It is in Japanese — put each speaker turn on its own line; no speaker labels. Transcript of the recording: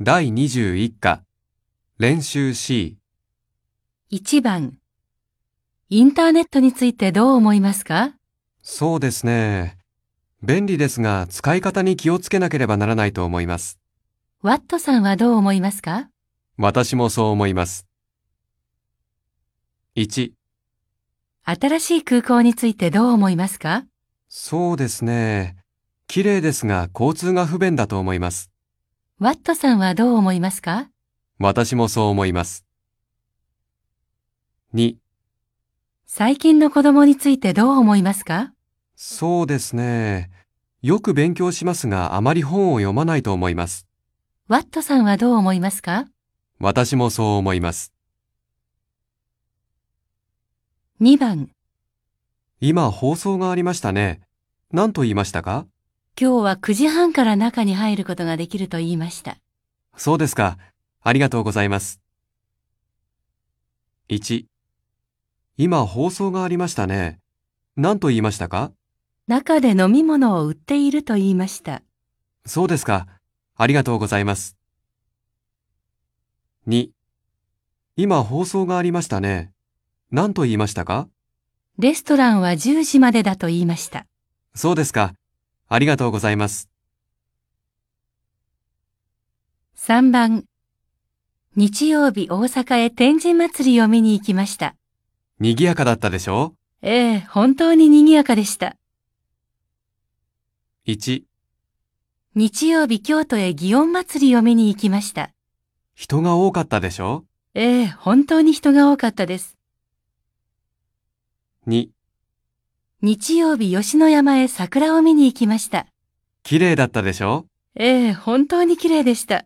第21課、練習 C、
1番インターネットについてどう思いますか
そうですね。便利ですが、使い方に気をつけなければならないと思います。
ワットさんはどう思いますか
私もそう思います。1、
新しい空港についてどう思いますか
そうですね。綺麗ですが、交通が不便だと思います。
ワットさんはどう思いますか
私もそう思います。2、
最近の子供についてどう思いますか
そうですね。よく勉強しますが、あまり本を読まないと思います。
ワットさんはどう思いますか
私もそう思います。
2番
今放送がありましたね。何と言いましたか
今日は9時半から中に入ることができると言いました
そうですか。ありがとうございます。1、今放送がありましたね。何と言いましたか
中で飲み物を売っていると言いました
そうですか。ありがとうございます。2、今放送がありましたね。何と言いましたか
レストランは10時までだと言いました
そうですか。ありがとうございます。
3番日曜日大阪へ天神祭りを見に行きました
賑やかだったでしょ
ええ、本当に賑やかでした。
う ?1、
日曜日京都へ祇園祭りを見に行きました。
人が多かったでしょ
ええ、本当に人が多かったです。
う ?2、
日曜日吉野山へ桜を見に行きました。
綺麗だったでしょう
ええ、本当に綺麗でした。